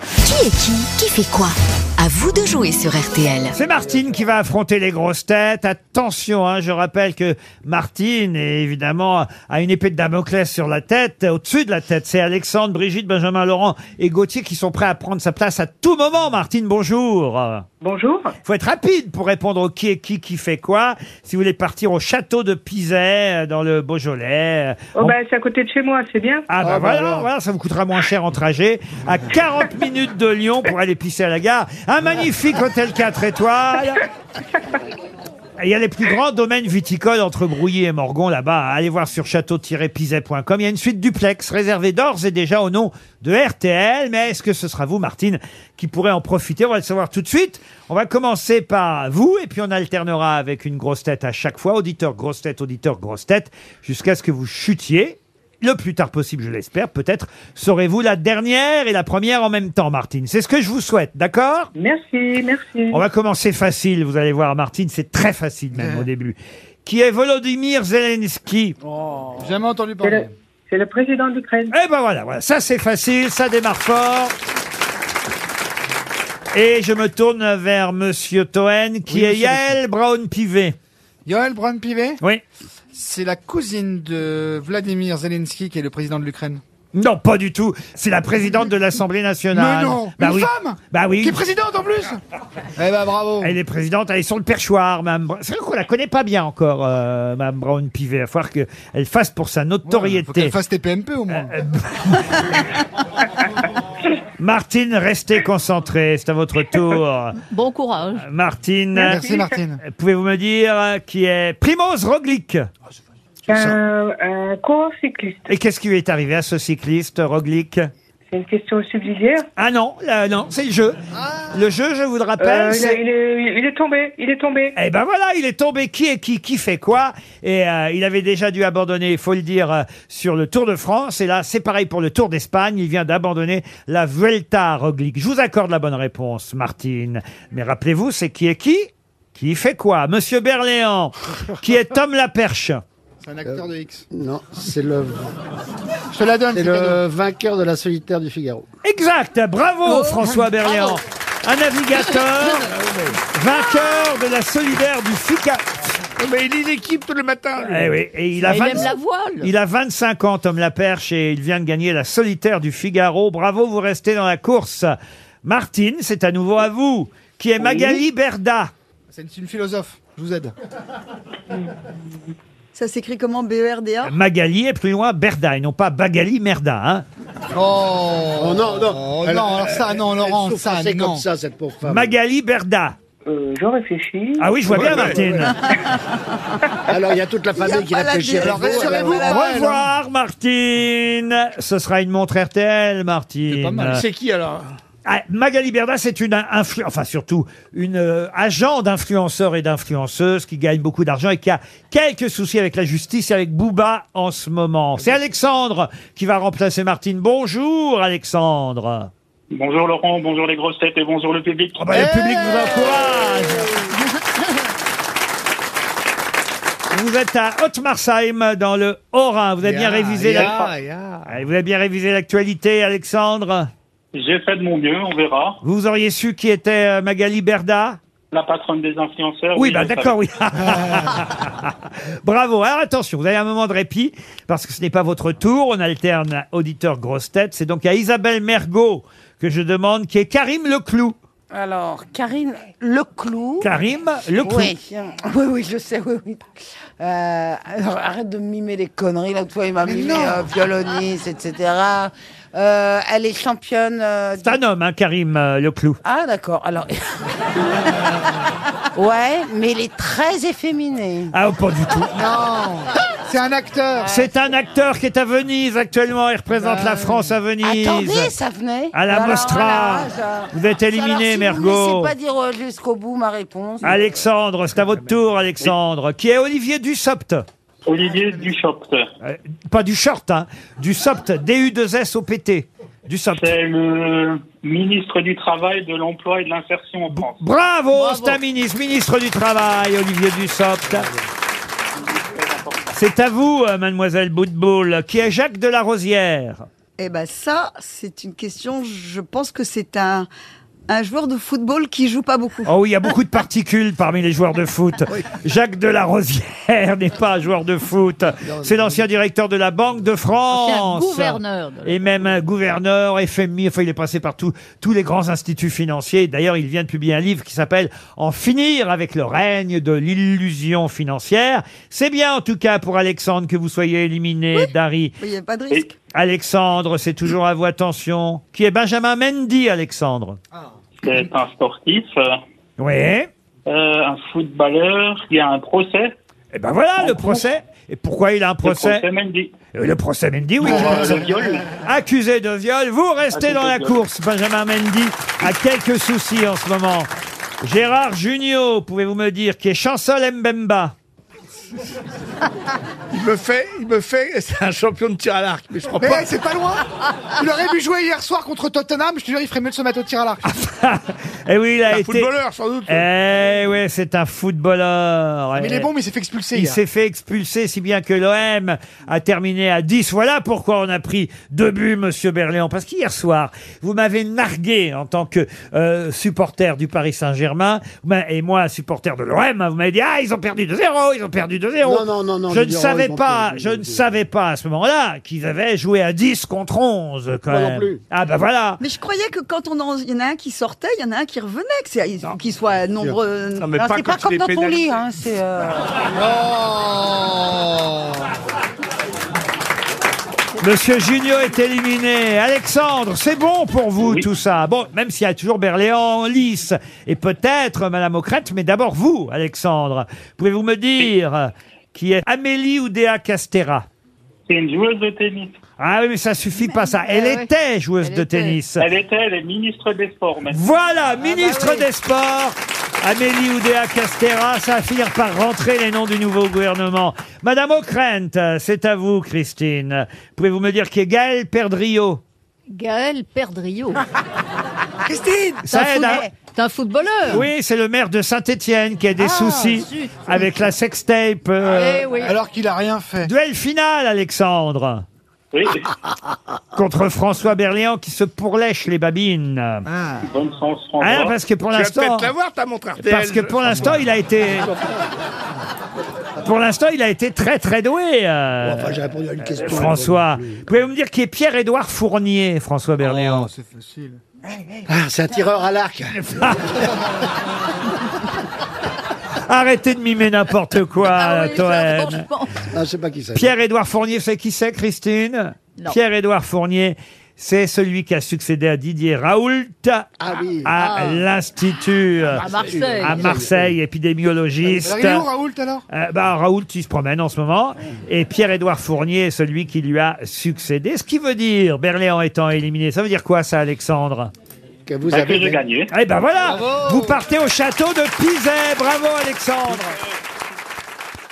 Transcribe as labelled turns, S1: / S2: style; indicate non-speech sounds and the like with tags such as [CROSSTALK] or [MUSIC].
S1: Qui est qui Qui fait quoi À vous de jouer sur RTL.
S2: C'est Martine qui va affronter les grosses têtes. Attention, hein, je rappelle que Martine, est évidemment, a une épée de Damoclès sur la tête, au-dessus de la tête. C'est Alexandre, Brigitte, Benjamin, Laurent et Gauthier qui sont prêts à prendre sa place à tout moment. Martine, bonjour.
S3: Bonjour. Oh,
S2: Faut être rapide pour répondre au qui est qui, qui fait quoi. Si vous voulez partir au château de Pizet, euh, dans le Beaujolais. euh,
S3: Oh
S2: en-
S3: bah c'est à côté de chez moi, c'est bien.
S2: Ah bah, voilà, voilà, ça vous coûtera moins cher en trajet. À 40 minutes de Lyon pour aller pisser à la gare. Un magnifique hôtel 4 étoiles. Il y a les plus grands domaines viticoles entre Brouilly et Morgon là-bas. Allez voir sur château-pizet.com. Il y a une suite duplex réservée d'ores et déjà au nom de RTL. Mais est-ce que ce sera vous, Martine, qui pourrez en profiter On va le savoir tout de suite. On va commencer par vous et puis on alternera avec une grosse tête à chaque fois. Auditeur, grosse tête, auditeur, grosse tête. Jusqu'à ce que vous chutiez. Le plus tard possible, je l'espère. Peut-être serez-vous la dernière et la première en même temps, Martine. C'est ce que je vous souhaite, d'accord
S3: Merci, merci.
S2: on va commencer facile, vous allez voir, Martine, c'est très facile même au début. Qui est Volodymyr Zelensky
S4: Jamais entendu
S3: C'est
S4: parler.
S3: le, c'est le président d'Ukraine.
S2: Eh ben voilà, voilà, ça c'est facile, ça démarre fort. Et je me tourne vers Monsieur Toen, qui
S4: Oui,
S2: est
S4: monsieur
S2: Yael Brown-Pivet.
S4: Yoel Brown Pivet,
S2: Oui.
S4: c'est la cousine de Vladimir Zelensky qui est le président de l'Ukraine.
S2: Non, pas du tout. C'est la présidente de l'Assemblée nationale.
S4: Mais non,
S2: bah
S4: une
S2: oui.
S4: femme
S2: Bah oui.
S4: Qui est présidente en [LAUGHS] plus Eh bah bravo
S2: Elle est présidente, elle est sur le perchoir, Mme Brown. C'est vrai qu'on la connaît pas bien encore, euh, Mme Brown-Pivet. Il va falloir qu'elle fasse pour sa
S4: Voilà, Faut
S2: notoriété. Euh,
S4: qu'elle fasse TPMP au moins.
S2: Martine, restez concentrée, c'est à votre tour.
S5: [LAUGHS] Bon courage.
S2: Martine,
S4: Merci Martine. [LAUGHS]
S2: pouvez-vous me dire euh, qui est Primoz Roglic
S3: Un, Euh, un coureur cycliste.
S2: Et qu'est-ce qui lui est arrivé à ce cycliste Roglic
S3: C'est une question subsidiaire.
S2: Ah non, là, non, c'est le jeu. Le jeu, je vous le rappelle.
S3: Ah. Euh, il, a-
S2: Ben, c'est-
S3: il est, il est tombé, il est tombé.
S2: Eh ben voilà, il est tombé qui est qui, qui fait quoi. Et euh, il avait déjà dû abandonner, il faut le dire, euh, sur le Tour de France. Et là, c'est pareil pour le Tour d'Espagne. Il vient d'abandonner la Vuelta à Roglic. Je vous accorde la bonne réponse, Martine. Mais rappelez-vous, c'est qui est qui Qui fait quoi Monsieur Berléand, qui est Tom Laperche.
S4: C'est un acteur de X.
S6: Non, c'est le,
S4: Je te la donne,
S6: c'est
S4: Euh, c'est cadeau.
S6: le vainqueur de la solitaire du Figaro.
S2: Exact, bravo François Berléand. Un navigateur, vainqueur de la solidaire du FICA.
S7: Mais il lit l'équipe tout le matin. lui.
S2: Eh oui, et il a
S5: Elle
S2: 20
S5: aime la voile.
S2: Il a 25 ans, Tom Laperche, et il vient de gagner la solitaire du Figaro. Bravo, vous restez dans la course. Martine, c'est à nouveau à vous, qui est Magali Berda.
S4: C'est une- c'est une philosophe. Je vous aide.
S8: Ça s'écrit comment
S5: E
S8: BERDA
S2: Magali est plus loin Berda, et non pas Bagali Merda. hein.
S4: Oh,
S6: Oh non, non.
S4: Oh,
S6: Elle-
S4: non, alors ça, non, Laurent,
S6: Elle
S4: ça,
S6: c'est
S4: non.
S6: comme ça, cette pauvre femme.
S2: Magali Berda.
S3: Euh, je réfléchis.
S2: Ah oui, je vois bien
S7: ouais,
S2: Martine.
S6: Alors, il y a toute la famille qui
S8: pas
S6: l'a
S8: la
S6: pêché.
S8: dé-
S4: Alors rassurez-vous,
S8: Ah
S2: Au
S4: pour elle, hein.
S2: revoir Martine. Ce sera une montre RTL, Martine.
S4: C'est pas mal.
S7: C'est qui alors
S2: Ah, Magali Berda, c'est une influ- enfin surtout une euh, agent d'influenceurs et d'influenceuses qui gagne beaucoup d'argent et qui a quelques soucis avec la justice et avec Booba en ce moment. C'est Alexandre qui va remplacer Martine. Bonjour Alexandre.
S9: Bonjour Laurent, bonjour les grosses têtes et bonjour le public.
S2: Oh, bah, le public vous encourage. Vous êtes à Haute-Marsheim dans le Haut-Rhin. Vous avez bien
S4: Ya,
S2: révisé
S4: ya,
S2: la-
S4: ya.
S2: Ah, Vous avez bien révisé l'actualité, Alexandre.
S9: J'ai fait de mon mieux, on verra.
S2: Vous auriez su qui était euh, Magali Berda.
S9: La patronne des influenceurs.
S2: Oui,
S9: je
S2: bah
S9: le savais.
S2: d'accord, oui. [LAUGHS] Bravo. Alors attention, vous avez un moment de répit parce que ce n'est pas votre tour. On alterne auditeur grosse tête. C'est donc à Isabelle Mergot que je demande qui est Karim Leclou.
S10: Alors, Karine Leclou.
S2: Karim Leclou.
S10: Oui. [LAUGHS] oui, oui, je sais, oui, oui. Euh, alors, arrête de me mimer les conneries, là, toi, il m'a mimé euh, violoniste, etc. Euh, elle est championne. euh,
S2: C'est un homme, hein, Karim euh, Leclou.
S10: Ah, d'accord, alors. [LAUGHS] ouais, mais elle est très efféminée.
S2: Ah, oh, pas du
S10: [LAUGHS]
S2: tout.
S4: Non, c'est un acteur.
S2: C'est un acteur qui est à Venise actuellement. Il représente la France à Venise.
S10: Euh, Attendez, ça venait.
S2: À la
S10: Alors,
S2: Mostra.
S10: voilà, je-
S2: Vous êtes éliminé,
S10: Alors, si Vous
S2: Mergot.
S10: ne me laissez pas dire euh, jusqu'au bout ma réponse.
S2: Alexandre, c'est à votre tour, Alexandre. Qui est Olivier Dussopt
S9: Olivier Duchopt.
S2: Euh, Pas du short, hein. Dussopt, D-U-2-S-O-P-T. Dussopt.
S9: C'est le ministre du Travail, de l'Emploi et de l'Insertion en France.
S2: Bravo, c'est un ministre, ministre du Travail, Olivier Dussopt. C'est à vous, euh, mademoiselle Boutboul, qui est Jacques Delarosière.
S5: Eh ben ça, c'est une question. Je pense que c'est un un joueur de football qui joue pas beaucoup.
S2: Oh oui, il y a beaucoup de particules parmi les joueurs de foot. Jacques Delarosière [LAUGHS] n'est pas un joueur de foot. C'est l'ancien directeur de la Banque de France.
S8: gouverneur de la-
S2: Et même un gouverneur, FMI. Enfin, il est passé par tout- tous les grands instituts financiers. D'ailleurs, il vient de publier un livre qui s'appelle En finir avec le règne de l'illusion financière. C'est bien, en tout cas, pour Alexandre, que vous soyez éliminé, Dari.
S5: Il n'y a pas de risque.
S2: Alexandre, c'est toujours à vous, attention. Qui est Benjamin Mendy, Alexandre
S9: C'est un sportif, euh,
S2: Oui.
S9: euh, un footballeur, il y a un procès.
S2: Et ben voilà le procès. Et pourquoi il a un procès
S9: Le procès Mendy.
S2: Euh, Le procès Mendy, oui.
S9: Pour,
S2: le
S9: euh,
S2: procès.
S9: le viol.
S2: Accusé de viol. Vous restez
S9: Accusé
S2: dans
S9: de
S2: la
S9: viol.
S2: course. Benjamin Mendy a quelques soucis en ce moment. Gérard Junio, pouvez-vous me dire, qui est Chancel Mbemba [LAUGHS]
S7: Il me fait, il me fait, [LAUGHS] c'est un champion de tir à l'arc, mais je crois
S4: Mais
S7: pas.
S4: c'est pas loin Il aurait pu jouer hier soir contre Tottenham, je te jure, il ferait mieux de se mettre au tir à l'arc.
S2: Eh oui, il a
S7: Ah, Un
S2: été...
S7: footballeur, sans doute.
S2: Eh oui, c'est un footballeur.
S4: Mais il
S2: Eh.
S4: est bon, mais il s'est fait expulser
S2: Il
S4: hier.
S2: s'est fait expulser, si bien que l'OM a terminé à 10. Voilà pourquoi on a pris deux buts, monsieur Berléand. Parce qu'hier soir, vous m'avez nargué en tant que euh, supporter du Paris Saint-Germain. Vous m'a- Et moi, supporter de l'OM, hein, vous m'avez dit, ah, ils ont perdu 2-0, ils ont perdu 2-0.
S6: Non, non, non, non,
S2: Je
S6: j'ai
S2: ne
S6: dit, oh,
S2: savais
S6: ils ont
S2: pas,
S6: perdu
S2: je ne
S6: 2-0.
S2: savais pas à ce moment-là qu'ils avaient joué à 10 contre 11, quand
S6: Moi non
S2: même.
S6: plus.
S2: Ah, bah voilà.
S5: Mais je croyais que quand on en- il y en a un qui sortait, il y en a un qui revenait, que c'est- il faut qu'ils soient nombreux.
S7: Non, mais
S10: Non,
S7: pas
S10: c'est
S7: quand
S10: pas
S7: il
S10: comme
S7: est
S10: dans ton
S7: pénalisé. Ah.
S10: lit, hein, c'est. euh,
S2: Monsieur Junio est éliminé. Alexandre, c'est bon pour vous tout ça. Bon, même s'il y a toujours Berléand en lice et peut-être Madame Ocrette, mais d'abord vous, Alexandre. Pouvez-vous me dire qui est Amélie Oudéa Castera
S9: C'est une joueuse de tennis.
S2: Ah oui, mais ça suffit pas ça. Elle
S8: ouais.
S2: était joueuse
S8: Ah Elle
S2: de
S8: était.
S2: tennis.
S9: Elle était, elle est ministre des Sports maintenant.
S2: Voilà, ministre des Sports. Amélie Oudéa Castera, ça va finir par rentrer les noms du nouveau gouvernement. Madame Ockrent, c'est à vous, Christine. Pouvez-vous me dire qui est Gaël Perdriau
S8: Gaël Perdriau.
S5: Christine
S2: Ça aide, hein
S8: T'es un footballeur.
S2: Oui, c'est le maire de Saint-Étienne qui a des
S8: Ah,
S2: soucis
S8: zut.
S2: avec la sextape. euh,
S8: Eh oui.
S4: Alors qu'il a rien fait.
S2: Duel final, Alexandre,
S9: Oui,
S2: contre François Berléand qui se pourlèche les babines. Ah, bah,
S9: bonne chance, François.
S2: parce que pour
S7: Tu vas
S2: l'instant,
S7: peut-être l'avoir, ta montre RTL.
S2: parce que pour l'instant, il a été,
S8: [LAUGHS]
S2: pour l'instant, il a été très très doué. euh,
S6: Enfin, j'ai répondu à une question.
S2: François, pouvez-vous me dire qui est Pierre-Édouard Fournier, François Berléand
S4: c'est facile.
S6: Ah, c'est un tireur à [LAUGHS] l'arc.
S2: Arrêtez de
S8: [LAUGHS]
S2: mimer n'importe quoi,
S8: Ah oui,
S2: Toen.
S8: je pense.
S6: Ah, je sais pas qui c'est.
S2: Pierre-Édouard Fournier, c'est qui c'est, Christine
S8: Non.
S2: Pierre-Édouard Fournier, c'est celui qui a succédé à Didier Raoult
S6: Ah oui.
S2: à
S8: Ah.
S2: l'Institut
S8: À Marseille.
S2: à Marseille, épidémiologiste.
S4: Alors il est où Raoult alors
S2: Euh, bah, Raoult, il se promène en ce moment. Et Pierre-Édouard Fournier est celui qui lui a succédé. Ce qui veut dire, Berléand étant éliminé, ça veut dire quoi ça, Alexandre
S6: Que vous
S9: Bah, que
S6: avez
S9: j'ai gagné.
S2: Eh ben voilà Vous partez au château de Pizet Bravo, Alexandre